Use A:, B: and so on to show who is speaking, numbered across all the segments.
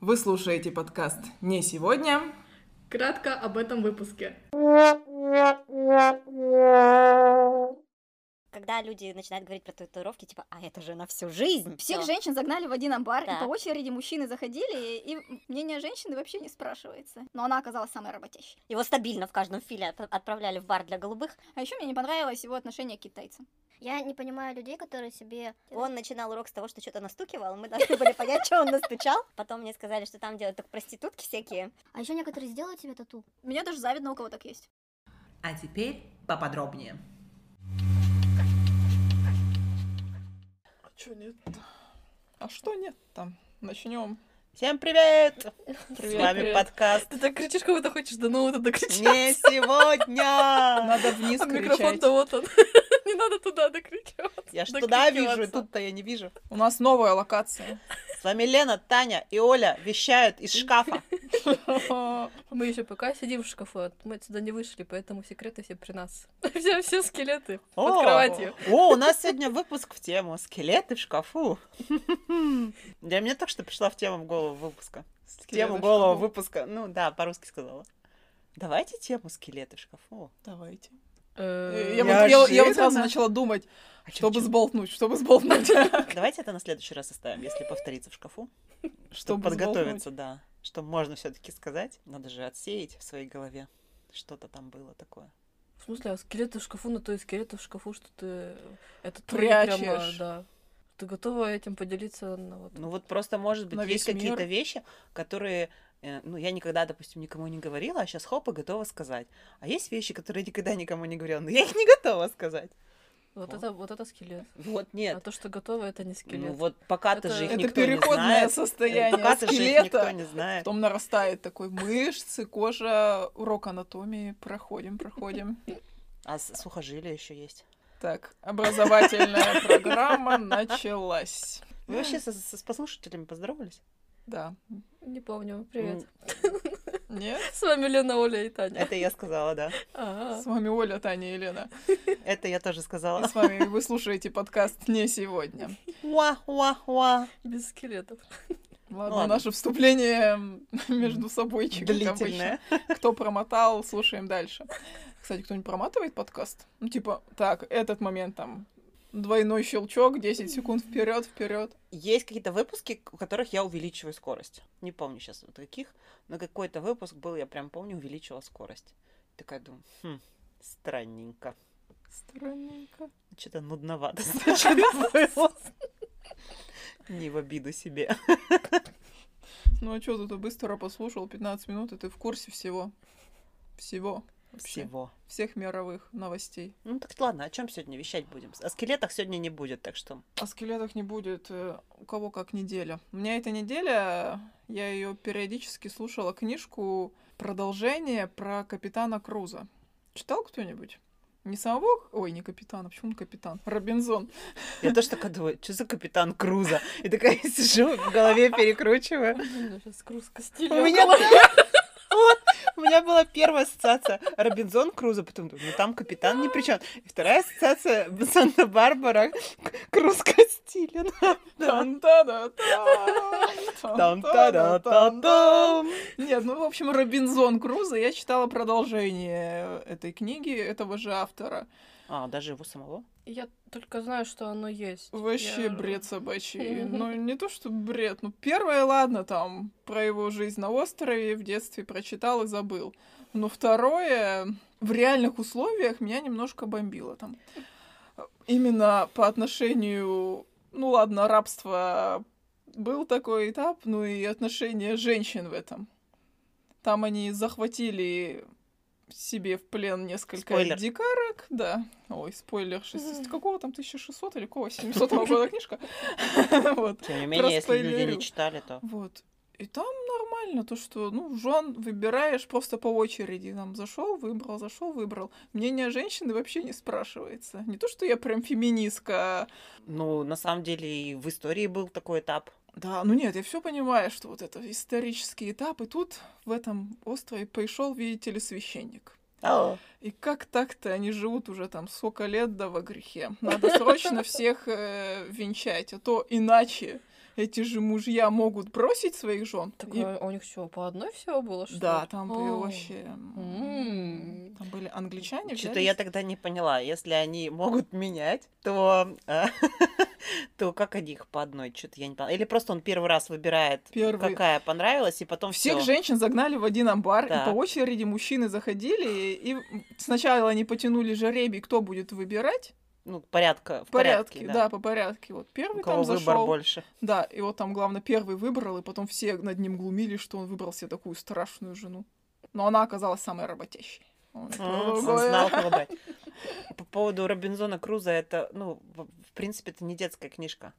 A: Вы слушаете подкаст «Не сегодня».
B: Кратко об этом выпуске.
C: Когда люди начинают говорить про татуировки, типа, а это же на всю жизнь.
D: Всех
C: всё».
D: женщин загнали в один амбар,
C: Так.
D: и по очереди мужчины заходили, и мнение женщины вообще не спрашивается. Но она оказалась самой работящей.
C: Его стабильно в каждом филе отп- отправляли в бар для голубых.
D: А еще мне не понравилось его отношение к китайцам.
E: Я не понимаю людей, которые себе...
C: Он начинал урок с того, что что-то настукивал. Мы должны были понять, что он настучал. Потом мне сказали, что там делают только проститутки всякие.
E: А еще некоторые сделают себе тату.
D: Мне даже завидно, у кого так есть.
F: А теперь поподробнее.
A: А что нет? А что нет там? Начнем.
F: Всем привет! С
A: Привет.
F: вами подкаст
B: Ты так кричишь, кого ты хочешь, да ну вот это кричишь.
F: «Не сегодня».
A: Надо вниз
B: А
A: кричать.
B: микрофон-то вот он. Не надо туда докричиваться.
F: Я ж туда вижу, и
B: докричиваться.
F: тут-то я не вижу.
A: У нас новая локация.
F: С вами Лена, Таня и Оля вещают из шкафа.
B: Мы еще пока сидим в шкафу, а мы отсюда не вышли, поэтому секреты все при нас. Все, все скелеты под
F: О!
B: кроватью.
F: О, у нас сегодня выпуск в тему «Скелеты в шкафу». Да, мне только что пришла в тему в голову выпуска. В
A: Скелеты
F: тему
A: в
F: голову
A: шкафу.
F: выпуска. Ну да, по-русски сказала. Давайте тему «Скелеты в шкафу».
A: Давайте.
B: Э,
A: Я, вот- я- я вот сразу
F: Неожиданно.
A: начала думать,
F: А чё,
A: чтобы
F: чё?
A: сболтнуть, чтобы сболтнуть.
F: Давайте это на следующий раз оставим, если повторится в шкафу.
A: Чтобы
F: Чтобы подготовиться, да. Что можно все-таки сказать. Надо же отсеять в своей голове. Что-то там было такое.
B: В смысле, а скелеты в шкафу, ну то и скелеты в шкафу, что ты... Это твои
A: Прячешь.
B: прямо, да. Ты готова этим поделиться? Ну, вот.
F: Ну вот просто, может быть,
A: На
F: есть
A: весь
F: какие-то
A: мир.
F: вещи, которые, э, ну, я никогда, допустим, никому не говорила, а сейчас хоп и готова сказать. А есть вещи, которые никогда никому не говорила, но я их не готова сказать.
B: Вот
F: О.
B: это, вот это скелет.
F: Вот
B: А
F: ну. нет.
B: то, что готово, это не скелет.
F: Ну вот пока ты
B: Это-
F: же их
A: Это
F: никто не
A: переходное
F: знает.
A: состояние
F: Пока ты же их никто
A: скелета.
F: не знает.
A: Потом нарастает такой мышцы, кожа, урок анатомии. Проходим, проходим.
F: А с- сухожилия еще есть.
A: Так, образовательная программа началась.
F: Вы вообще со- со- с послушателями поздоровались?
A: Да.
B: Не помню.
F: Ну.
B: Привет.
A: Нет?
B: С вами Лена, Оля и Таня.
F: Это я сказала, да.
B: А,
A: С вами Оля, Таня и Елена.
F: Это я тоже
A: И
F: сказала.
A: с вами вы слушаете подкаст «Не сегодня».
F: Уа-уа-уа.
B: без скелетов.
A: Ладно,
F: Ладно.
A: наше вступление м, между собой
F: Длительное.
A: Кто промотал, слушаем дальше. Кстати, кто-нибудь проматывает подкаст? Ну, типа, так, этот момент там двойной щелчок, 10 секунд вперед, вперед.
F: Есть какие-то выпуски, у которых я увеличиваю скорость. Не помню сейчас вот каких, но какой-то выпуск был, я прям помню, увеличила скорость. Такая думаю, хм, странненько.
A: Странненько.
F: Что-то нудновато значит, было. Не в обиду себе.
A: Ну, а что тут ты быстро послушал, 15 минут, и ты в курсе всего. Всего. Вообще.
F: Всего.
A: Всех мировых новостей.
F: Ну так ладно, о чем сегодня вещать будем? О скелетах сегодня не будет, так что...
A: О скелетах не будет. э, У кого как неделя. У меня эта неделя, я ее периодически слушала книжку «Продолжение про капитана Круза». Читал кто-нибудь? Не самого... Ой, не капитана. Почему он капитан? Робинзон.
F: Я тоже такая думаю, что за капитан Круза? И такая сижу, в голове перекручиваю.
B: Сейчас кружка
F: У
B: стиля.
F: меня, Вот, у меня была первая ассоциация Робинзон Крузо, потом думаю, ну там капитан ни при чем. И вторая ассоциация Санта-Барбара Круз Костилин. там та
A: Там-та-да-та-та.
F: там
A: Нет, ну, в общем, Робинзон Круза. Я читала продолжение этой книги этого же автора.
F: А, даже его самого?
B: Я только знаю, что оно есть.
A: Вообще
B: Я-
A: бред собачий. Ну, не то, что бред. Ну, первое, ладно, там, про его жизнь на острове в детстве прочитал и забыл. Но второе, в реальных условиях меня немножко бомбило там. Именно по отношению... Ну, ладно, рабство был такой этап, ну и отношение женщин в этом. Там они захватили себе в плен несколько
F: Спойлер.
A: дикарок, да. Ой, спойлер, 60... какого там 1600 или какого 700 года книжка. Вот.
F: Тем не менее, если люди
A: Проспойлерю.
F: не читали, то...
A: Вот. И там нормально, то, что, ну, жен выбираешь просто по очереди. Там зашел, выбрал, зашел, выбрал. Мнение женщины вообще не спрашивается. Не то, что я прям феминистка. а
F: Ну, на самом деле, и в истории был такой этап.
A: Да, ну нет, я все понимаю, что вот это исторический этап. И тут в этом острове пришел, видите ли, священник. И как так-то они живут уже там сколько лет да во грехе? Надо срочно всех э, венчать, а то иначе эти же мужья могут бросить своих жен.
B: Так а у них что, по одной всего было, что
A: Да,
B: ли?
A: там
B: О.
A: были вообще... м,
B: М.
A: Там были англичане.
F: Что-то
A: взяли
F: я тогда не поняла. Если они могут менять, то а, то как они их по одной? Что-то я не поняла. Или просто он первый раз выбирает,
A: первый.
F: какая понравилась, и потом
A: Всех
F: всё.
A: женщин загнали в один амбар,
F: Так.
A: и по очереди мужчины заходили, и сначала они потянули жеребий, кто будет выбирать.
F: Ну, порядка, в
A: В порядке,
F: порядке,
A: да. по порядке. Вот первый
F: У
A: там
F: кого выбор
A: зашел.
F: больше.
A: Да, и вот там, главное, первый выбрал, и потом все над ним глумили, что он выбрал себе такую страшную жену. Но она оказалась самой работящей. Он
F: М, Он
A: другое.
F: знал, кого брать. По поводу Робинзона Круза, это, ну, в в принципе, это не детская книжка.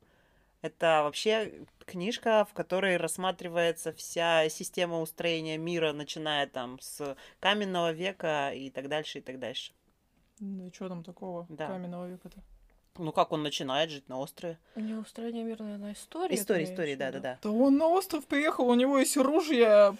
F: Это вообще книжка, в которой рассматривается вся система устроения мира, начиная там с каменного века и так дальше, и так дальше.
A: Ну и что там такого
F: Да.
A: каменного века-то?
F: Ну, как он начинает жить на острове.
B: Не устранение мира, наверное, история.
F: История,
B: ты
F: история,
B: имеешь в виду?
F: да-да-да.
A: Да он на остров приехал, у него есть оружие,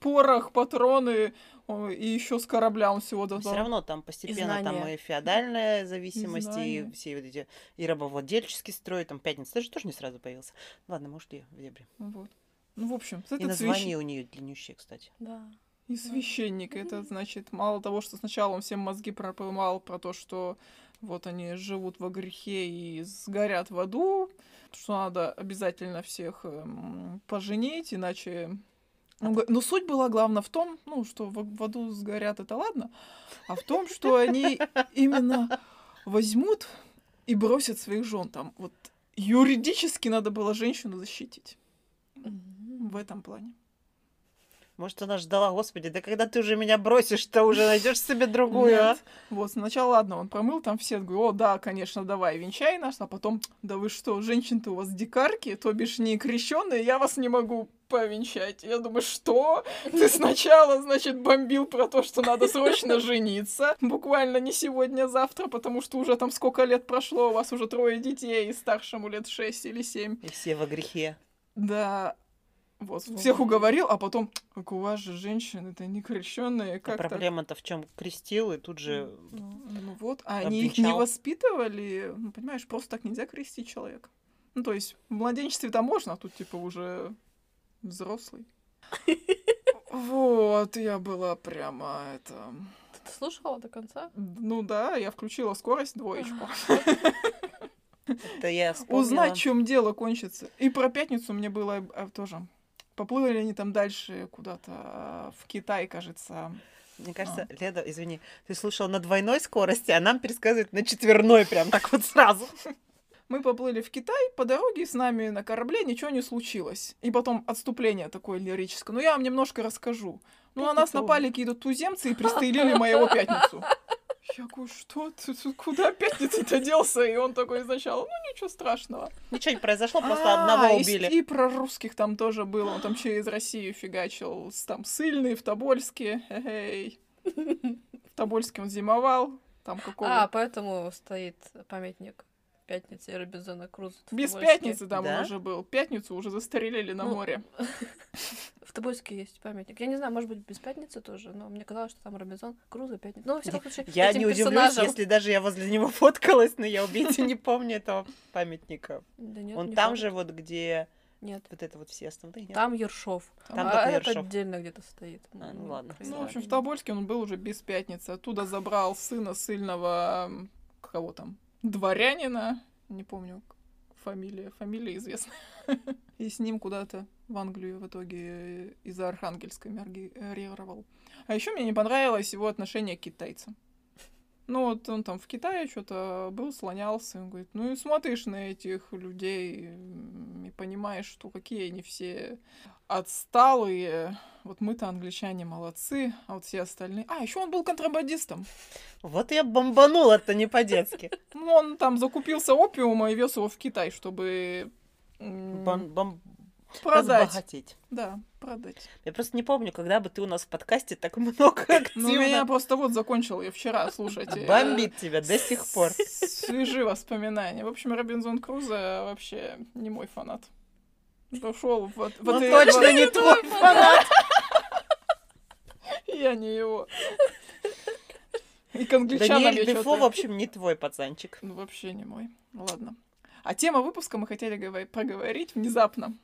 A: порох, патроны, о, и еще с корабля он всего
F: Все
A: добавил.
F: равно там постепенно там
B: знания.
F: и феодальная зависимость, и
A: знания.
F: все вот эти, и рабовладельческий строй, там пятница, даже тоже не сразу появился. Ладно, может, я в дебри.
A: Вот. Ну, в общем,
F: И
A: это
F: название у нее длиннющее, кстати.
B: Да.
A: И священник. Это значит, мало того, что сначала он всем мозги пропылал про то, что вот они живут во грехе и сгорят в аду, что надо обязательно всех эм, поженить, иначе... Он го- Но суть была главное в том, ну, что в, в аду сгорят, это ладно, а в том, что они именно возьмут и бросят своих жен там. Вот юридически надо было женщину защитить в этом плане.
F: Может, она ждала, господи, да когда ты уже меня бросишь, то уже найдешь себе другую, а?
A: Нет. Вот, сначала, ладно, он промыл там все, говорю, о, да, конечно, давай, венчай нас, а потом, да вы что, женщины-то у вас дикарки, то бишь не крещенные, я вас не могу повенчать. Я думаю, что? Ты сначала, значит, бомбил про то, что надо срочно жениться, буквально не сегодня, а завтра, потому что уже там сколько лет прошло, у вас уже трое детей, и старшему лет шесть или семь.
F: И все во грехе.
A: Да, вот, всех уговорил, а потом, как у вас же женщины-то не крещенные,
F: А
A: как так?
F: проблема-то в чем крестил, и тут же...
A: Ну, ну вот, а они их не
F: обвенчал.
A: воспитывали, ну, понимаешь, просто так нельзя крестить человека. Ну, то есть в младенчестве там можно, а тут типа уже взрослый. Вот, я была прямо это...
B: Ты слушала до конца?
A: Ну да, я включила скорость двоечку.
F: Это я вспомнила.
A: ну, Узнать, в чем дело кончится. И про пятницу мне было э, тоже. Поплыли они там дальше куда-то э, в Китай, кажется.
F: Мне кажется,
A: А.
F: Леда, извини, ты слушала на двойной скорости, а нам пересказывает на четверной прям так вот сразу.
A: Мы поплыли в Китай, по дороге с нами на корабле ничего не случилось. И потом отступление такое лирическое. Но я вам немножко расскажу. Ну, на нас
F: Пятницу.
A: напали какие-то туземцы и пристрелили моего пятницу. Я говорю, что ты, тут куда пятница-то делся? И он такой сначала, ну, ничего страшного.
F: Ничего не произошло, просто одного
A: А, и с-
F: убили.
A: И про русских там тоже было. Он там через Россию фигачил. с- Там сыльный в Тобольске. Эй. В Тобольске он зимовал. Там
B: А,
A: какого
B: поэтому стоит памятник пятницы и Робинзона Круза. в
A: без
B: Тобольске.
A: пятницы там
F: Да?
A: он уже был. Пятницу уже застрелили на
B: Ну,
A: море.
B: В Тобольске есть памятник. Я не знаю, может быть, без пятницы тоже, но мне казалось, что там Робинзон Крузо, пятница. Ну, во всяком случае,
F: Я
B: этим
F: не удивлюсь,
B: персонажем.
F: если даже я возле него фоткалась, но я убейте не помню этого памятника.
B: Да нет,
F: Он
B: не
F: там
B: факт.
F: же вот где
B: Нет.
F: вот это вот все основные. нет?
B: Там Ершов.
F: Там
B: а
F: только
B: этот
F: Ершов.
B: отдельно где-то стоит.
F: А, ну
B: М,
F: ладно.
A: Ну,
B: красиво.
A: в общем, в Тобольске он был уже без пятницы. Оттуда забрал сына сильного... м, Кого там? Дворянина. Не помню к- фамилия. Фамилия известна. И с ним куда-то в Англию в итоге э, из-за Архангельска мигрировал. А еще мне не понравилось его отношение к китайцам. Ну вот он там в Китае что-то был, слонялся, он говорит, ну и смотришь на этих людей м, и понимаешь, что какие они все отсталые, вот мы-то англичане молодцы, а вот все остальные... А, еще он был контрабандистом.
F: Вот я бомбанула-то не по-детски.
A: Ну, он там закупился опиума и вез его в Китай, чтобы м,
F: Бом- бом-
A: продать.
F: разбогатеть.
A: Да, продать.
F: Я просто не помню, когда бы ты у нас в подкасте так много
A: Ну, меня
F: активно
A: просто вот закончил я вчера, слушайте.
F: бомбит тебя до сих пор.
A: Свежи воспоминания. В общем, Робинзон Крузо вообще не мой фанат. Пошел в, от- в
F: Он
A: отель-
F: Ну, точно не твой фанат.
A: Я не его. И к англичанам я
F: Даниэль Дефо,
A: чё-то-
F: в общем, не твой пацанчик.
A: Ну, вообще не мой. Ладно. А тема выпуска мы хотели говори- проговорить внезапно.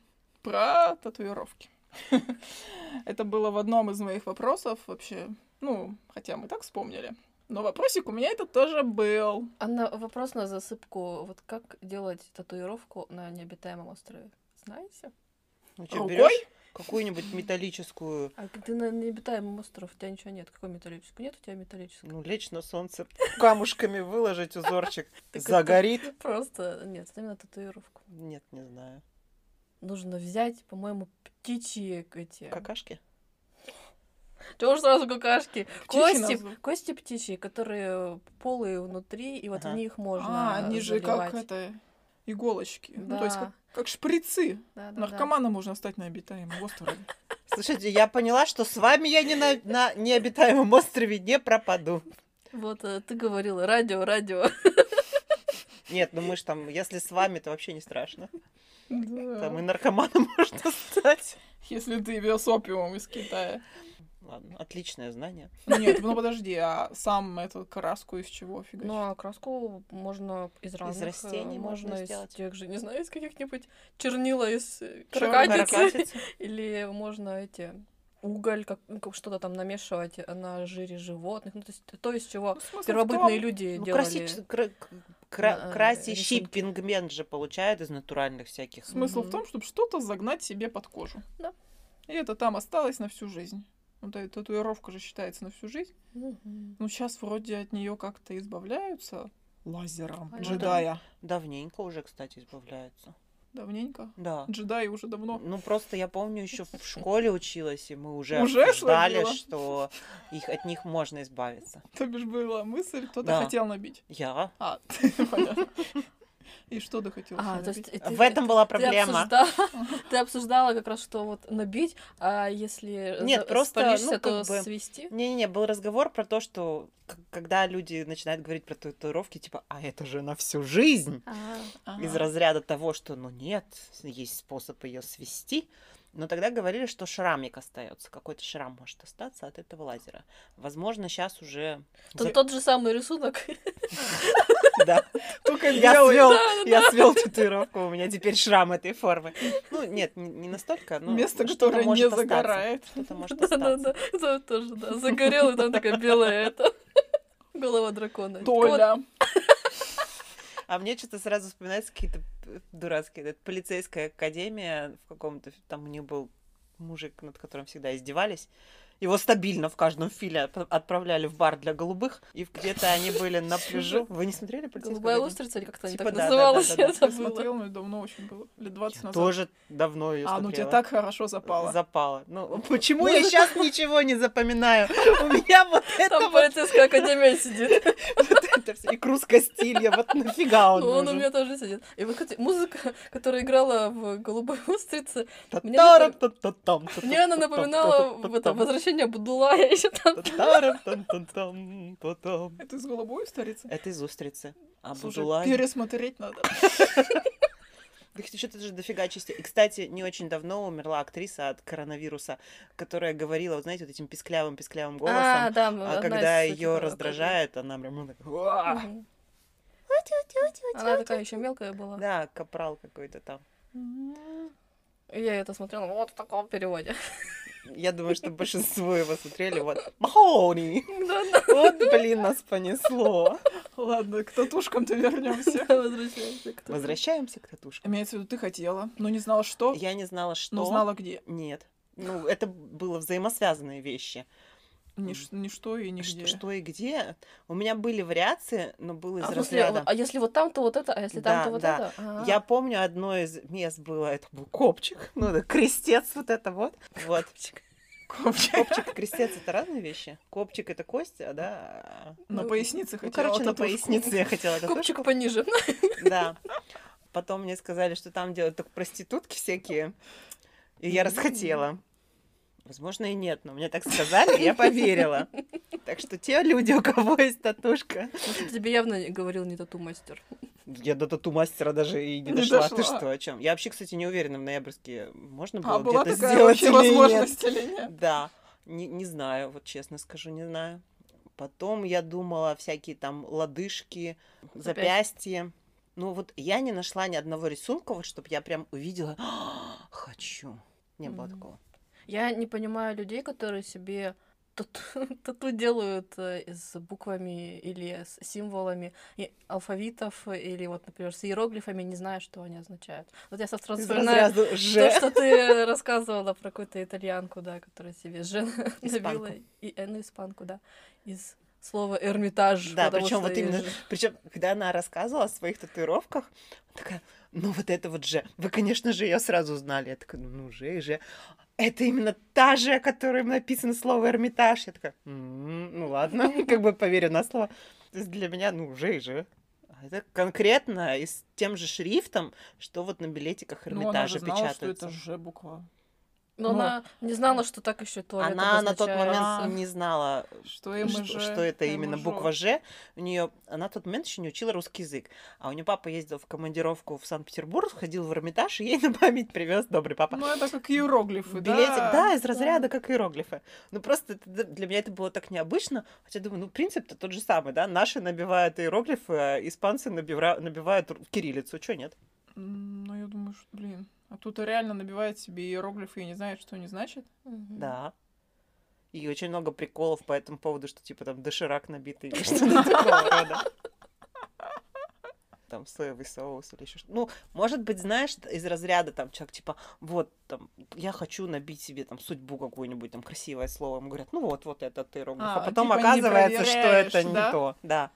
A: Про татуировки. Это было в одном из моих вопросов вообще. Ну, хотя мы так вспомнили. Но вопросик у меня это тоже был.
B: Анна, вопрос А на засыпку. Вот как делать татуировку на необитаемом острове? Знаете?
F: Ну, чё,
A: Рукой?
F: берёшь Какую-нибудь металлическую,
B: А ты на необитаемом острове, у тебя ничего нет. Какой металлический? Нет у тебя металлического?
F: ну, лечь на солнце, камушками выложить узорчик.
B: Так это-
F: Загорит?
B: Просто нет, именно татуировку.
F: Нет, не знаю.
B: Нужно взять, по-моему, птичьи эти.
F: Какашки?
B: Чего ж сразу какашки?
A: Птичий
B: кости,
A: назвал.
B: кости птичьи, которые полые внутри, и вот
F: Ага.
B: в них можно
A: А, они же
B: заливать.
A: как это иголочки. Ну, то есть
B: Да.
A: как, как шприцы.
B: Да, да, да.
A: Наркоманом можно стать на обитаемом острове.
F: Слушайте, я поняла, что с вами я не на, на необитаемом острове не пропаду.
B: Вот э, ты говорила, радио, радио.
F: Нет, ну мы ж там, если с вами, то вообще не страшно. Там и
A: Да.
F: наркоманом можно стать.
A: Если ты вез опиум из Китая.
F: Ладно, отличное знание.
A: Нет, ну подожди, а сам эту краску из чего фигачить?
B: Ну, а краску можно из разных... э,
F: растений можно
B: Можно из
F: сделать.
B: тех же, не знаю, из каких-нибудь чернила из э,
A: Чёрная
B: каракатицы.
F: Каракатица.
B: Или можно эти уголь, как, ну, как что-то там намешивать на жире животных. Ну, то есть то, из чего
A: Ну, смысл в
B: первобытные
A: том-
B: люди
F: Ну,
B: делали.
F: красич- кра- к-
B: На,
F: кра-
B: э,
F: красящий
B: рисунки.
F: пигмент же получают из натуральных всяких.
A: Смысл в
B: Мгм.
A: том, чтобы что-то загнать себе под кожу.
B: Да.
A: И это там осталось на всю жизнь. Вот эта татуировка же считается на всю жизнь.
B: Мгм.
A: Ну, сейчас вроде от нее как-то избавляются лазером
B: А, ну да.
A: джедая.
F: Давненько уже, кстати, избавляются.
A: Давненько.
F: Да.
A: Джедаи уже давно.
F: Ну просто я помню, еще в школе училась, и мы уже,
A: Уже
F: обсуждали,
A: сводила?
F: что их, от них можно избавиться.
A: То бишь была мысль, кто-то
F: Да.
A: хотел набить.
F: Я.
A: А, понятно. И что ты хотела
B: А,
A: себе
B: то есть
A: набить?
B: э, ты-
F: в этом была проблема.
B: Ты обсуждала, ты обсуждала как раз, что вот набить, а если
F: Нет,
B: за-
F: просто, ну,
B: спалишься,
F: как
B: то
F: бы-
B: свести.
F: Не-не-не, был разговор про то, что к- когда люди начинают говорить про татуировки, типа, а это же на всю жизнь.
B: а.
A: Ага.
F: Из разряда того, что, ну нет, есть способ ее свести. Но тогда говорили, что шрамик остается. Какой-то шрам может остаться от этого лазера. Возможно, сейчас уже...
B: То-
F: за-
B: Тот же самый рисунок.
F: Да.
A: Только
F: Я
A: белый.
F: свел, я свел татуировку, у меня теперь шрам этой формы. Ну, нет, не, не настолько, но
A: Место,
F: что-то
A: которое не
F: ну, может остаться.
A: загорает.
F: Что-то может
B: Да-да-да,
F: остаться.
B: там тоже, да, загорел, и там такая белая это. Голова дракона.
A: Толя.
F: А мне что-то сразу вспоминается какие-то п- дурацкие. Это полицейская академия в каком-то... фи- Там у них был мужик, над которым всегда издевались. Его стабильно в каждом филе отп- отправляли в бар для голубых. И где-то они были на пляжу. Вы не смотрели полицейскую
B: Голубая
F: академию?
B: устрица, или как-то они
F: Типа
B: так
F: да, да,
B: называлась,
F: да, да,
B: я
F: да.
A: Я
B: забыла.
A: смотрела, но это давно очень было. Лет 20
F: Я
A: назад.
F: тоже давно ее
A: А, ну тебе так хорошо запало.
F: Запало. Ну, почему я сейчас ничего не запоминаю? У меня вот это
B: Там
F: вот,
B: полицейская академия сидит.
F: вот это всё. И круз Кастилья, вот нафига он
B: Ну, Он у
F: нужен?
B: меня тоже сидит. И вот, кстати, музыка, которая играла в «Голубой устрице», мне
F: Та-тарам-та-та-там,
B: мне она напоминала в этом
F: та-та-та-та-там.
B: «Возвращение Абдулая» еще там.
F: Та-тарам-тан-тан-там, та-там.
A: Это из голубой старицы?
F: Это из устрицы. А
A: Слушай,
F: Будулай...
A: пересмотреть надо.
F: Да хоть что-то же дофига чистил. И, кстати, не очень давно умерла актриса от коронавируса, которая говорила, вот знаете, вот этим писклявым-писклявым голосом.
B: да,
F: А,
B: одна
F: когда
B: из этих,
F: ее
B: э,
F: раздражает, она прям такая,
B: как-
F: «Уа!»
B: Мгм. Она такая еще мелкая была.
F: Да, капрал какой-то там.
B: И я это смотрела вот в таком переводе.
F: Я думаю, что большинство его смотрели вот Махоуни.
B: Да, да.
F: Вот, блин, нас понесло.
A: Ладно, к татушкам-то вернемся.
B: Возвращаемся к тому.
F: Возвращаемся к татушкам.
A: Имеется в виду, ты хотела, но не знала что,
F: Я не знала, что...
B: Ну,
A: но знала где.
F: Нет. Ну, это было взаимосвязанные вещи.
A: Ни, ш- ни что и нигде.
F: Что, что и где. У меня были вариации, но было из
B: А, в смысле,
F: разряда.
B: вот- а если вот там, то вот это, а если там,
F: Да,
B: то вот
F: да.
B: это. А.
F: Я помню, одно из мест было, это был копчик, ну, это крестец вот это вот. Вот.
A: Копчик.
F: Копчик и крестец — это разные вещи. Копчик — это кость, а, да?
A: На
B: Ну,
A: пояснице
F: Ну,
A: хотела
F: короче, на
A: татушку.
F: пояснице я хотела татушку.
B: Копчик пониже.
F: Да. Потом мне сказали, что там делают только проститутки всякие. И я расхотела. Возможно, и нет, но мне так сказали, и я поверила. Так что те люди, у кого есть татушка.
B: Потому что Тебе явно говорил не тату-мастер.
F: Я до тату-мастера даже и не
A: Не
F: дошла. Ты
A: дошла.
F: что, о чем? Я вообще, кстати, не уверена, в ноябрьске можно было
A: А была
F: где-то
A: такая
F: сделать
A: вообще
F: или нет.
A: возможность или нет?
F: Да, не, не знаю, вот честно скажу, не знаю. Потом я думала всякие там лодыжки,
B: Запястья.
F: запястья. Ну вот я не нашла ни одного рисунка, вот чтобы я прям увидела, «А, хочу. Не было
B: Мгм.
F: такого.
B: Я не понимаю людей, которые себе тату, тату делают э, с буквами или с символами и- алфавитов, или вот, например, с иероглифами, не знаю, что они означают. Вот я завтра
F: Из
B: вспоминаю
F: разряда
B: то,
F: «Ж».
B: что ты рассказывала про какую-то итальянку, да, которая себе «Ж»
F: Испанку.
B: набила. И, э, ну, испанку, да. Из слова «Эрмитаж».
F: Да,
B: потому
F: причем
B: что
F: вот
B: и
F: именно,
B: «Ж».
F: причем когда она рассказывала о своих татуировках, она такая, ну вот это вот же, вы, конечно же, ее сразу узнали. Я такая, ну же и же. Это именно та же, о которой написано слово Эрмитаж. Я такая, «М, ну ладно, как бы поверю на слово. То есть для меня, ну же и же. А Это конкретно и с тем же шрифтом, что вот на билетиках
A: Ну, она же
F: Эрмитажа
A: знала, что
F: печатается.
A: это Ж-буква.
B: Но
F: Ну.
B: она не знала, что так еще туалет
F: Она на тот
B: обозначается.
F: момент не знала,
A: Что эм,
F: и
A: МЖ.
F: что, что это именно буква Ж. У нее она в тот момент еще не учила русский язык. А у нее папа ездил в командировку в Санкт-Петербург, ходил в Эрмитаж и ей на память привез добрый папа.
A: Ну, это как иероглифы, да?
F: Билетик, да, из разряда, как иероглифы. Ну, просто это- д- для меня это было так необычно. Хотя думаю, ну, принцип-то тот же самый, да? Наши набивают иероглифы, а испанцы набивра- набивают ру- кириллицу. Чего нет?
A: М, Ну, я думаю, что, блин. А тут реально набивает себе иероглифы и не знает, что они значат.
B: Мгм.
F: Да. И очень много приколов по этому поводу, что типа там доширак набитый или что-то такого рода. Там соевый соус или еще что-то. Ну, может быть, знаешь, из разряда там человек типа, вот там, я хочу набить себе там судьбу какую-нибудь, там красивое слово. Ему говорят, ну вот, вот это ты, А,
A: А,
F: потом
A: типа не
F: оказывается, что это
A: проверяешь,
F: не
A: да?
F: то. Да.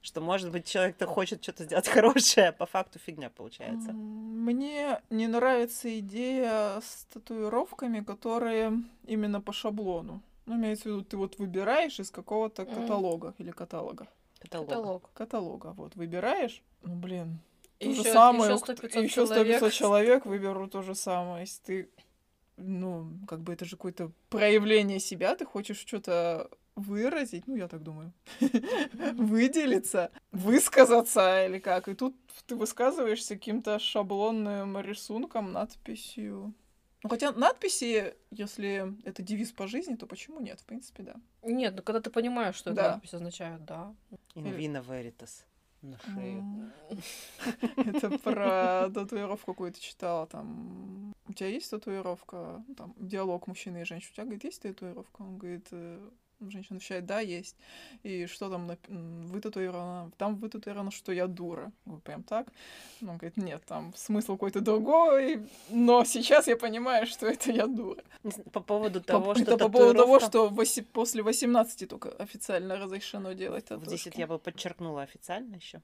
F: Что, может быть, человек-то хочет что-то сделать хорошее, а по факту фигня получается.
A: М, Мне не нравится идея с татуировками, которые именно по шаблону. Ну, имеется в виду, ты вот выбираешь из какого-то
B: Мгм.
A: каталога или каталога.
F: Каталог.
B: Потолок.
A: Каталога, вот, выбираешь. Ну, блин, то же
B: Еще-
A: самое.
B: еще
A: у кто-
B: 100-500
A: еще 100-500
B: человек.
A: человек выберу то же самое. Если ты, ну, как бы это же какое-то проявление себя, ты хочешь что-то выразить, ну, я так думаю, выделиться, высказаться или как. И тут ты высказываешься каким-то шаблонным рисунком, надписью. Ну, хотя надписи, если это девиз по жизни, то почему нет? В принципе, да.
B: Нет, ну когда ты понимаешь, что
A: Да.
B: это надпись означает, да.
F: In vino veritas. На шею.
A: М. Это про татуировку какую-то читала там. У тебя есть татуировка? Ну, Там диалог мужчины и женщины. У тебя, говорит, есть татуировка? Он говорит, э, женщина отвечает, да, есть. И что там нап- м, вытатуировано? Там вытатуировано, что я дура. Вот прям так. Ну, Он говорит, нет, там смысл какой-то другой, но сейчас я понимаю, что это я дура.
F: Не зн- По поводу
A: По-
F: того, что
A: это по поводу того,
F: татуировка-
A: что восе- после 18 только официально разрешено делать
F: Вот здесь вот
A: татуировки.
F: я бы подчеркнула официально еще.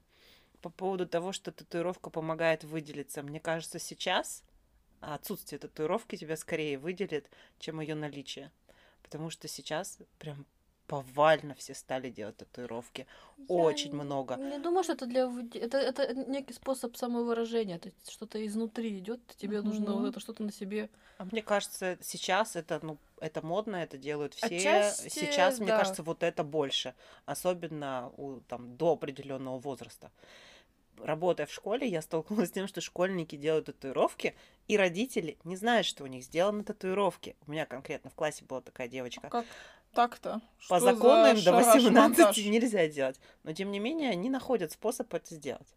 F: По поводу того, что татуировка помогает выделиться. Мне кажется, сейчас отсутствие татуировки тебя скорее выделит, чем ее наличие. Потому что сейчас прям повально все стали делать татуировки. Очень много.
B: Не думаю, что это для выде- это, это некий способ самовыражения. То есть что-то изнутри идет, тебе нужно вот
A: Мгм.
B: это что-то на себе.
F: А мне кажется, сейчас это, ну, это модно, это делают все.
B: Отчасти,
F: сейчас, мне
B: да.
F: кажется, вот это больше. Особенно у, там, до определенного возраста. Работая в школе, я столкнулась с тем, что школьники делают татуировки, и родители не знают, что у них сделаны татуировки. У меня конкретно в классе была такая девочка.
A: Как так-то?
F: По
A: Что за
F: закону им до
A: шараш-монтаж?
F: 18 нельзя делать. Но, тем не менее, они находят способ это сделать.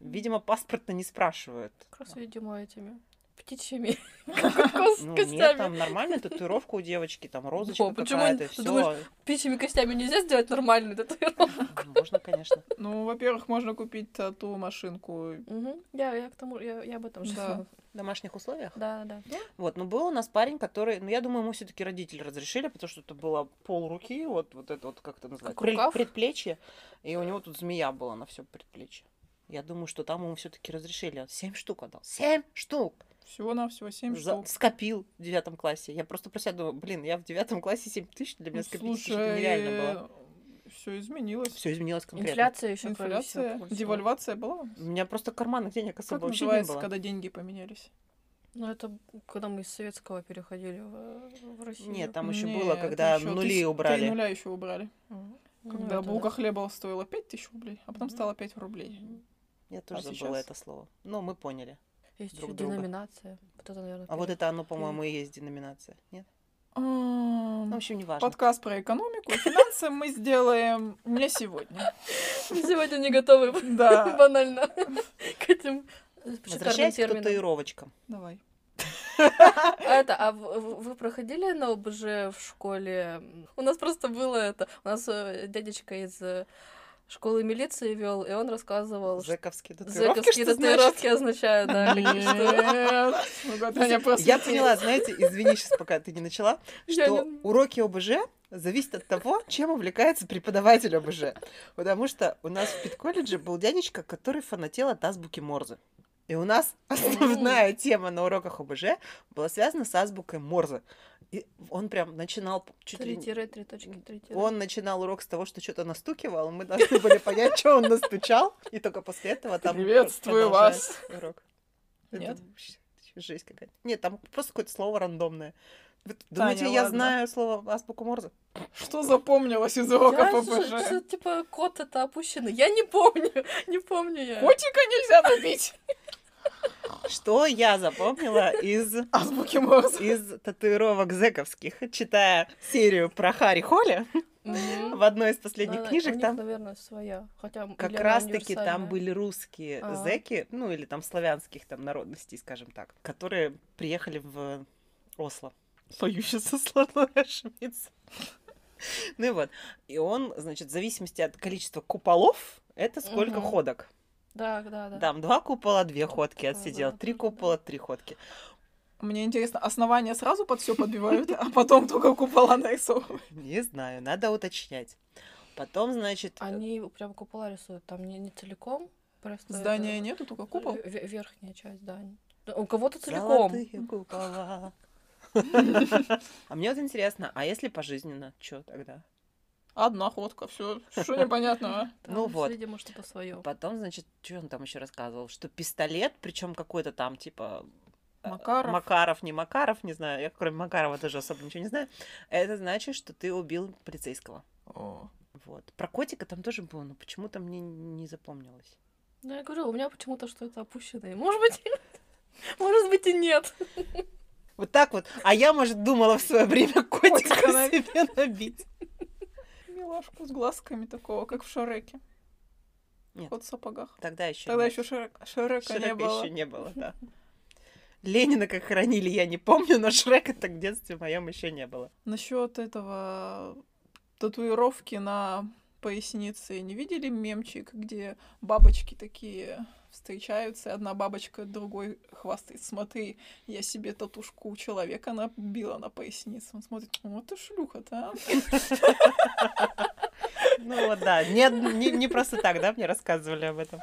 F: Видимо, паспорта не спрашивают.
B: Как раз, видимо, этими птичьими
F: Ну,
B: кос-
F: нет,
B: костями.
F: там нормальная татуировка у девочки, там розочка
B: О, почему
F: какая-то,
B: не- ты
F: все.
B: думаешь, Птичьими костями нельзя сделать нормальную татуировку.
F: Ну, Можно, конечно.
A: Ну, во-первых, можно купить э, тату-машинку.
B: Мгм. Я я к тому, я я об этом же.
A: Да.
F: В домашних условиях.
B: Да, да.
F: Вот, ну был у нас парень, который, ну я думаю, ему все-таки родители разрешили, потому что это было пол руки, вот, вот это вот как это называется,
B: Как рукав?
F: предплечье, и у него тут змея была на все предплечье. Я думаю, что там ему все-таки разрешили. Семь штук отдал. Семь штук!
A: Всего-навсего 7
F: За-
A: штук.
F: Скопил в девятом классе. Я просто про себя думаю, блин, я в девятом классе семь тысяч, для меня скопить это что-то нереально было.
A: все изменилось.
F: Все изменилось конкретно.
B: Инфляция еще
A: Инфляция, девальвация была?
F: У меня просто карманных денег особо
A: Как
F: вообще не
A: называется,
F: было.
A: когда деньги поменялись?
B: Ну, это когда мы из советского переходили в, в Россию.
F: Нет, там еще было, когда нули
A: Три
F: убрали.
A: нуля еще убрали.
B: Мгм. Ну,
A: Когда
B: это да.
A: булка хлеба стоила 5000 рублей, а потом
B: Мгм.
A: стала 5 рублей.
B: Мгм.
F: Я тоже забыла
A: сейчас?
F: это слово. Но мы поняли.
B: Есть
F: друг
B: еще
F: друга.
B: деноминация. Вот это, наверное,
F: А вот
B: пере-
F: это оно, по-моему, и есть деноминация. Нет?
A: А,
F: Ну, в
A: эм,
F: общем, не важно.
A: подкаст про экономику. и Финансы мы сделаем не сегодня.
B: Сегодня не готовы
A: Да,
B: банально к этим шикарным
F: Возвращаясь к
B: терминам.
F: татуировочкам.
A: давай.
B: А это, а в- в- вы проходили на ОБЖ в школе? У нас просто было это. У нас э, дядечка из э, школы милиции вел, и он рассказывал, что
F: Зэковские татуировки,
B: зэковские
F: что значит?
B: татуировки означают, да, какие- что-
A: Нет. Ну, вот Таня просто-
F: Я поняла, знаете, извини сейчас, пока ты не начала,
B: Я
F: что
B: не-
F: уроки ОБЖ зависят от того, чем увлекается преподаватель ОБЖ. Потому что у нас в педколледже был дядечка, который фанател от азбуки Морзе. И у нас основная тема на уроках ОБЖ была связана с азбукой Морзе. И он прям начинал чуть ли
B: Три
F: не-
B: тире, три точки, три тире.
F: Он начинал урок с того, что что-то настукивал, мы должны были понять, что он настучал, и только после этого там
A: Приветствую вас.
F: продолжается урок. Это
A: Нет?
F: вообще жесть какая-то. Нет, там просто какое-то слово рандомное. Вы т-
A: Таня,
F: думаете, я
A: ладно.
F: знаю слово азбуку Морзе?
A: Что запомнилось из
B: Я
A: урока
B: ж-
A: ППЖ?
B: что, типа, кот это опущенный. Я не помню, не помню я.
A: Котика нельзя добить.
F: Что я запомнила из
A: Азбуки Морзе.
F: из татуировок зэковских, читая серию про Харри Холли
B: Мгм.
F: в одной из последних
B: Да-да, у
F: книжек,
B: них,
F: там
B: наверное, своя. Хотя м,
F: Как
B: или она
F: раз-таки там
B: универсальная.
F: были русские
B: А.
F: зэки, ну или там славянских там народностей, скажем так, которые приехали в Осло. Боюсь, со сложно ошибиться. Ну и вот. И он, значит, в зависимости от количества куполов, это сколько
B: Мгм.
F: ходок.
B: Да, да, да.
F: Там два купола, две ходки
B: Купола,
F: отсидел,
B: да,
F: три
B: да, да.
F: купола, три ходки.
A: Мне интересно, основания сразу под все подбивают, а потом только купола нарисовывают.
F: Не знаю, надо уточнять. Потом, значит, э,
B: Они прям купола рисуют, там не, не целиком, просто...
A: Здания
B: это,
A: нету, только купол.
B: ве- ве- верхняя часть, да. Да, У кого-то целиком.
F: Золотые купола. А мне вот интересно, а если пожизненно, что тогда?
A: Одна ходка, все. Что непонятного?
B: Там
F: Ну вот.
B: Видимо, что-то свое.
F: Потом, значит, что он там еще рассказывал? Что пистолет, причем какой-то там, типа, э,
A: Макаров.
F: Макаров, не Макаров, не знаю. Я кроме Макарова тоже особо ничего не знаю. Это значит, что ты убил полицейского.
A: О.
F: Вот. Про котика там тоже было, но почему-то мне не запомнилось.
B: Да, я говорю, у меня почему-то что это опущенное. Может быть, может быть и нет.
F: Вот так вот. А я, может, думала в свое время котика
A: Котика на-
F: себе набить.
A: Милашку с глазками такого, как в Шареке.
F: Нет.
A: Кот в сапогах.
F: Тогда еще
A: Тогда еще Шрека, Шрека не было.
F: еще не было, да. Ленина как хоронили, я не помню, но Шрека так в детстве моем еще не было.
A: Насчет этого э, татуировки на пояснице. Не видели мемчик, где бабочки такие встречаются, и одна бабочка другой хвастает. Смотри, я себе татушку у человека набила на пояснице. Он смотрит, вот ты шлюха-то, а?»
F: Ну вот, да. Не, не- не просто так, да, мне рассказывали об этом.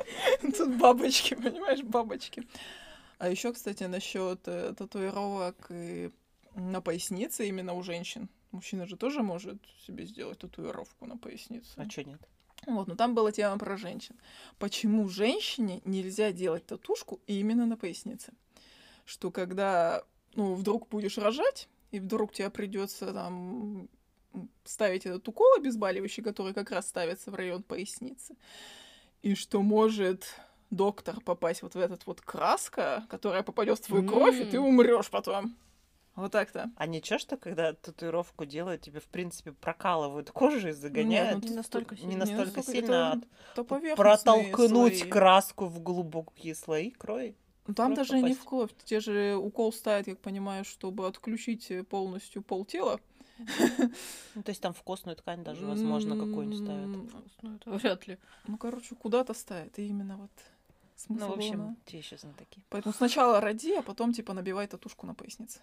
A: Тут бабочки, понимаешь, бабочки. А еще, кстати, насчет э, татуировок и на пояснице именно у женщин. Мужчина же тоже может себе сделать татуировку на пояснице.
F: А что нет?
A: Вот, но там была тема про женщин. Почему женщине нельзя делать татушку именно на пояснице? Что когда, ну, вдруг будешь рожать, и вдруг тебе придется там м, ставить этот укол обезболивающий, который как раз ставится в район поясницы, и что может доктор попасть вот в этот вот краска, которая попадет в твою кровь, и ты
B: М.
A: умрешь потом. Вот так-то.
F: А ничего, что когда татуировку делают, тебе, в принципе, прокалывают кожу и
A: Нет,
F: загоняют?
A: ну,
B: Не настолько
F: Не
B: сильно.
F: настолько
A: это-
F: сильно, а
A: то поверхностные
F: протолкнуть
A: слои.
F: краску в глубокие слои крови.
A: Ну, Там
F: Просто
A: даже не
F: попасть.
A: в кровь. Те же укол ставят, я так понимаю, чтобы отключить э, полностью пол тела.
F: Ну, то есть там в костную ткань даже, возможно, какую-нибудь ставят.
A: М,
B: Ну, это вряд ли.
A: Ну, короче, куда-то ставят. И именно вот смысл
F: Ну, в
A: был на-
F: общем, те сейчас на такие.
A: Поэтому сначала роди, а потом, типа, набивай татушку на пояснице.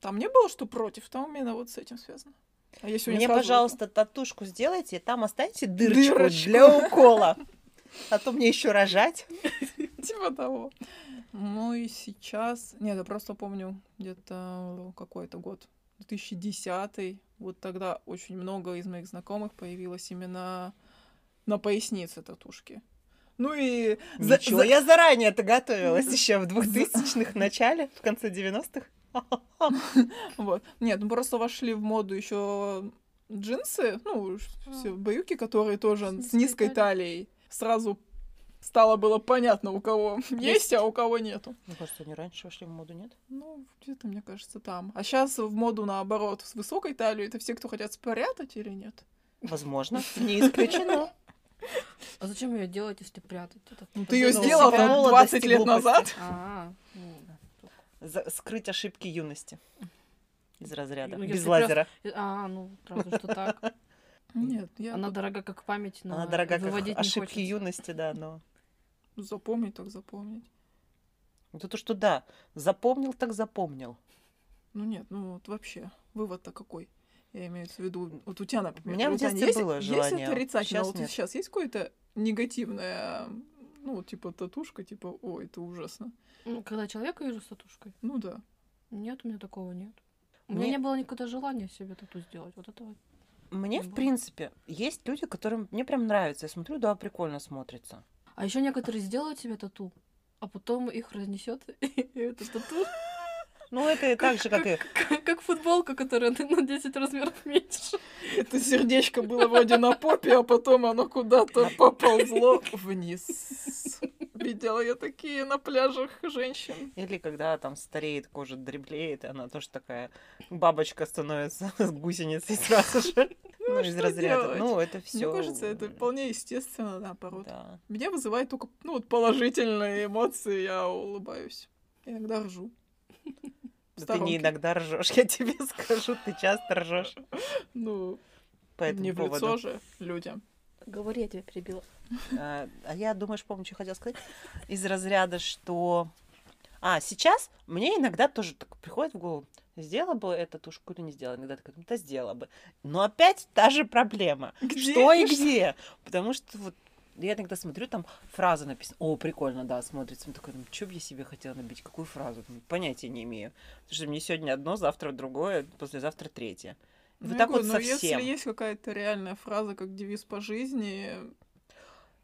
A: Там не было, что против, там именно вот с этим связано. А если
F: Мне, пожалуйста, татушку сделайте, там оставьте дырочку,
A: Дырочку.
F: для укола. А то мне еще рожать.
A: Типа того. Ну и сейчас... Нет, я просто помню где-то какой-то год. 2010 Вот тогда очень много из моих знакомых появилось именно на пояснице татушки. Ну и... за-
F: Ничего,
A: за-
F: я заранее это готовилась еще в 2000-х начале, в конце 90-х.
A: Вот. Нет, ну просто вошли в моду еще джинсы, ну, все брюки, которые тоже
B: С
A: с низкой
B: низкой
A: талией. Сразу стало было понятно, у кого есть, а у кого нету.
F: Мне кажется, они раньше вошли в моду, нет?
A: Ну, где-то, мне кажется, там. А сейчас в моду наоборот, с высокой талией. Это все, кто хотят спрятать или нет?
F: Возможно. Не исключено.
B: А зачем ее делать, если прятать? Это- типа
A: Ну, ты ее
F: Ну,
A: сделал
F: по
A: там
F: молодости
A: 20 лет
F: глупости.
A: назад.
B: А, ну,
F: За- Скрыть ошибки юности. Из разряда.
B: Ну,
F: Без
B: если
F: лазера.
B: и- а, ну правда, что так.
A: Нет, я
B: Она
A: вот
B: дорога как память, но
F: Она дорога, как
B: выводить не
F: ошибки
B: хочется.
F: юности, да, но...
A: запомнить так запомнить.
F: Это то, что да, запомнил, так запомнил.
A: Ну нет, ну вот вообще, вывод-то какой? Я имею в виду, вот у тебя, например,
F: У меня в
A: вот, Аня,
F: детстве
A: есть,
F: было
A: есть
F: желание,
A: отрицательно,
F: щас
A: вот
F: нет.
A: сейчас есть какое-то негативное, ну, типа татушка, типа, ой, это ужасно.
B: Ну, Когда человека вижу с татушкой,
A: Ну да.
B: нет, у меня такого нет. У
F: Мне-
B: меня не было никогда желания себе тату сделать. Вот этого.
F: Мне,
B: Ну,
F: в
B: вот.
F: принципе, есть люди, которым мне прям нравится. Я смотрю, да, прикольно смотрится.
B: А еще некоторые сделают себе тату, а потом их разнесет. И это тату
F: Ну, это и так же, как и...
B: как как футболка, которая на 10 размеров меньше.
A: Это сердечко было вроде на попе, а потом оно куда-то поползло вниз. Видела я такие на пляжах женщин.
F: Или когда там стареет, кожа дреблеет, и она тоже такая бабочка становится с гусеницей сразу же. Ну, из
A: что
F: разряда.
A: делать?
F: Ну, это все.
A: Мне кажется, это вполне естественно, наоборот.
F: Да.
A: Меня вызывает только ну, вот положительные эмоции, я улыбаюсь. Иногда ржу. В
F: Да ты не
A: сторонке.
F: иногда ржешь, я тебе скажу, ты часто ржешь
A: Ну,
F: по этому
A: не в
F: поводу.
A: лицо же людям.
B: Говори, я тебя перебила.
F: А а я, думаешь, помню, что хотела сказать. Из разряда, что... А, сейчас мне иногда тоже так приходит в голову, сделала бы эту тушку или не сделала. Иногда такая, ну, да сделала бы. Но опять та же проблема.
A: Где
F: Что и
A: и что?
F: где? Потому что вот я иногда смотрю, там фраза написана. О, прикольно, да, смотрится. Ну, такой, ну, что бы я себе хотела набить? Какую фразу? Ну, Понятия не имею. Потому что мне сегодня одно, завтра другое, послезавтра третье. И
A: Ну,
F: вот
A: я
F: так
A: говорю,
F: вот
A: ну, если
F: совсем.
A: есть какая-то реальная фраза, как девиз по жизни,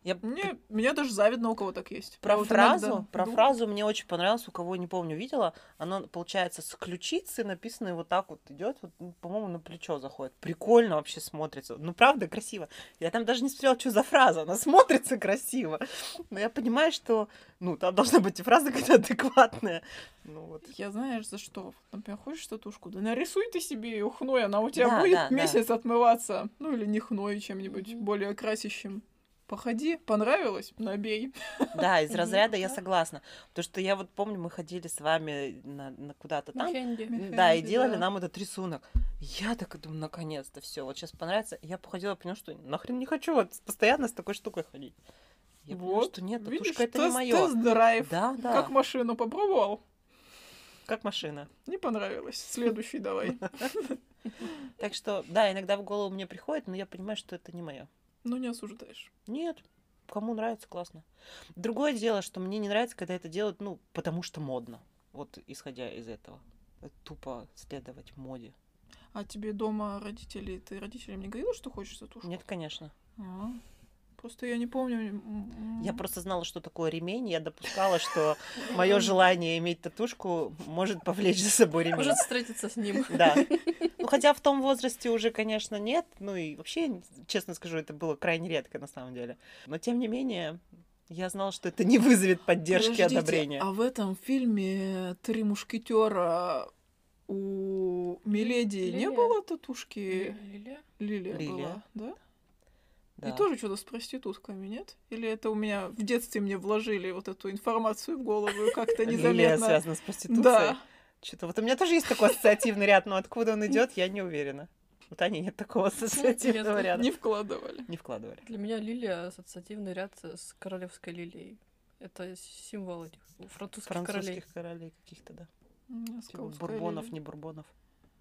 F: Я
A: мне, меня даже завидно, у кого так есть.
F: Про
A: Я вот
F: фразу,
A: иногда
F: про
A: думаю,
F: фразу мне очень понравилось, у кого не помню, видела. Она получается с ключицы написано вот так вот идет, вот, ну, по-моему, на плечо заходит. Прикольно вообще смотрится. Ну правда красиво. Я там даже не смотрела, что за фраза. Она смотрится красиво. Но я понимаю, что ну там должна быть и фраза какая-то адекватная. Ну вот.
A: Я знаешь, за что? Вот, Например, хочешь татушку? Да нарисуй ты себе ее хной, она у тебя
F: Да,
A: будет
F: да, да.
A: месяц отмываться. Ну или не хной, чем-нибудь
B: Мгм.
A: более красящим. Походи, понравилось, набей.
F: Да, из
B: Мгм.
F: разряда я
B: Да.
F: согласна. Потому что я вот помню, мы ходили с вами на, на куда-то Ну, там.
B: Мехенди.
F: Да, и
A: Мехенди,
F: делали
A: да.
F: нам этот рисунок. Я так и думаю, наконец-то все, вот сейчас понравится. Я походила, поняла, что нахрен не хочу вот с- постоянно с такой штукой ходить. Я поняла, что нет,
A: видишь,
F: татушка это не
A: тест-
F: мое.
A: Тест-драйв.
F: Да, да,
A: Как
F: как...
A: машину попробовал,
F: машина.
A: не понравилось. Следующий давай.
F: Так что, да, иногда в голову мне приходит, но я понимаю, что это не мое.
A: Ну не осуждаешь.
F: Нет, кому нравится, классно. Другое дело, что мне не нравится, когда это делают, ну, потому что модно. Вот исходя из этого. Это Тупо следовать моде.
A: А тебе дома родители, ты родителям не говорила, что хочешь татушку?
F: Нет, конечно.
A: А. Просто я не помню. м,
F: Я
A: м.
F: просто знала, что такое ремень. Я допускала, что мое желание иметь татушку может повлечь за собой ремень.
B: Может встретиться с ним.
F: Да. Ну, хотя в том возрасте уже, конечно, нет. Ну и вообще, честно скажу, это было крайне редко на самом деле. Но тем не менее, я знала, что это не вызовет поддержки и
A: Подождите,
F: одобрения.
A: А в этом фильме Три мушкетера у Миледи не
B: Лилия.
A: было татушки?
B: Лиля?
A: Лилия,
F: Лилия.
A: была, да?
F: Да.
A: И тоже что-то с проститутками, нет? Или это у меня в детстве мне вложили вот эту информацию в голову и как-то
F: Лилия
A: незаметно?
F: связана с проституцией.
A: Да.
F: Что-то вот у меня тоже есть такой ассоциативный ряд, но откуда он идет, я не уверена. Вот они нет такого ассоциативного
B: Интересно.
F: ряда.
A: Не вкладывали.
F: Не вкладывали.
B: Для меня лилия ассоциативный ряд с королевской лилией. Это символ этих французских, королей.
F: Французских королей каких-то, да.
A: М,
F: Типа
A: скаутская
F: бурбонов,
A: Лилия.
F: не бурбонов.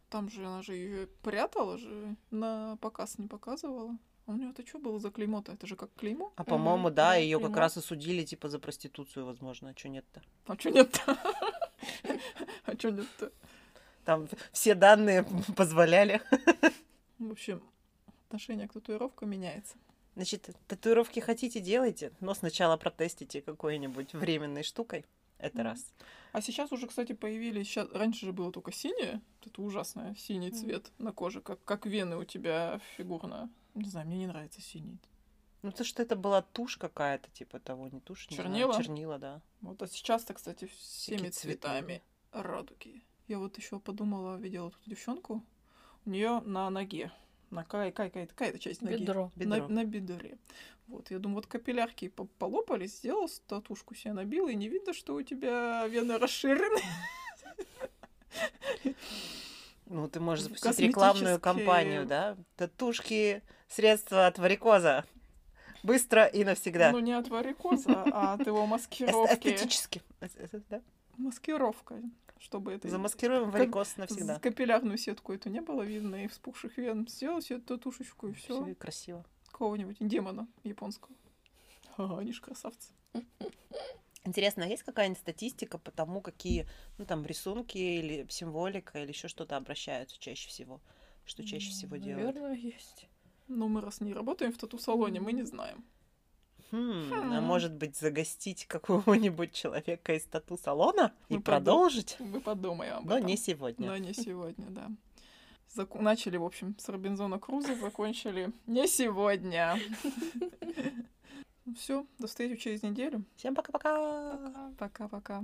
A: Там же она же ее прятала же, на показ не показывала. А у нее это что было за клеймо-то? Это же как клеймо?
F: А
B: Мгм.
F: по-моему, да,
B: Да,
F: ее как
B: прямо.
F: раз и судили, типа, за проституцию, возможно, а что нет-то?
A: А что нет-то? А что нет-то?
F: Там в- все данные позволяли.
A: В общем, отношение к татуировкам меняется.
F: Значит, татуировки хотите, делайте, но сначала протестите какой-нибудь временной штукой. Это
A: Мгм.
F: раз.
A: А сейчас уже, кстати, появились... ща- Раньше же было только синее. Вот Это ужасно. Синий цвет на коже. Как, как вены у тебя фигурно. Не знаю, мне не нравится синий.
F: Ну, то, что это была тушь какая-то, типа того, не тушь, не знаю,
A: Чернила?
F: чернила, да.
A: Вот, а сейчас-то, кстати, всеми
F: Такие цветные.
A: цветами радуги. Я вот еще подумала, видела тут девчонку. У нее на ноге, на кай, кай, кай, какая-то часть ноги.
B: Бедро.
A: На,
F: Бедро.
A: на бедре. Вот, я думаю, вот капиллярки по- полопались, сделал татушку себе набил, и не видно, что у тебя вены расширены.
F: Ну, ты можешь
A: В
F: запустить рекламную
A: косметические-
F: кампанию, да? Татушки, средства от варикоза. Быстро и навсегда.
A: Ну, не от варикоза, а от его
F: Эс-
A: маскировки.
F: Эстетически. Эс- эс- да?
A: Маскировка, чтобы это...
F: Замаскируем варикоз навсегда.
A: с- Капиллярную сетку эту не было видно, и вспухших вен сделал себе татушечку, и
F: Всё,
A: все.
F: и красиво.
A: Какого-нибудь демона японского. Ага, они ж красавцы.
F: Интересно, а есть какая-нибудь статистика по тому, какие, ну, там, рисунки или символика или еще что-то обращаются чаще всего? Что чаще всего делают?
B: Наверное, есть.
A: Но Ну, мы раз не работаем в тату-салоне, мы не знаем.
F: Хм, а
A: Хм.
F: может быть, загостить какого-нибудь человека из тату-салона и
A: Мы подум-
F: продолжить?
A: Мы подумаем об
F: Но
A: этом.
F: не сегодня.
A: Ну, Но не сегодня, да. Заку- Начали, в общем, с Робинзона Круза, закончили не сегодня. Все, до встречи через неделю.
F: Всем пока-пока!
A: Пока-пока.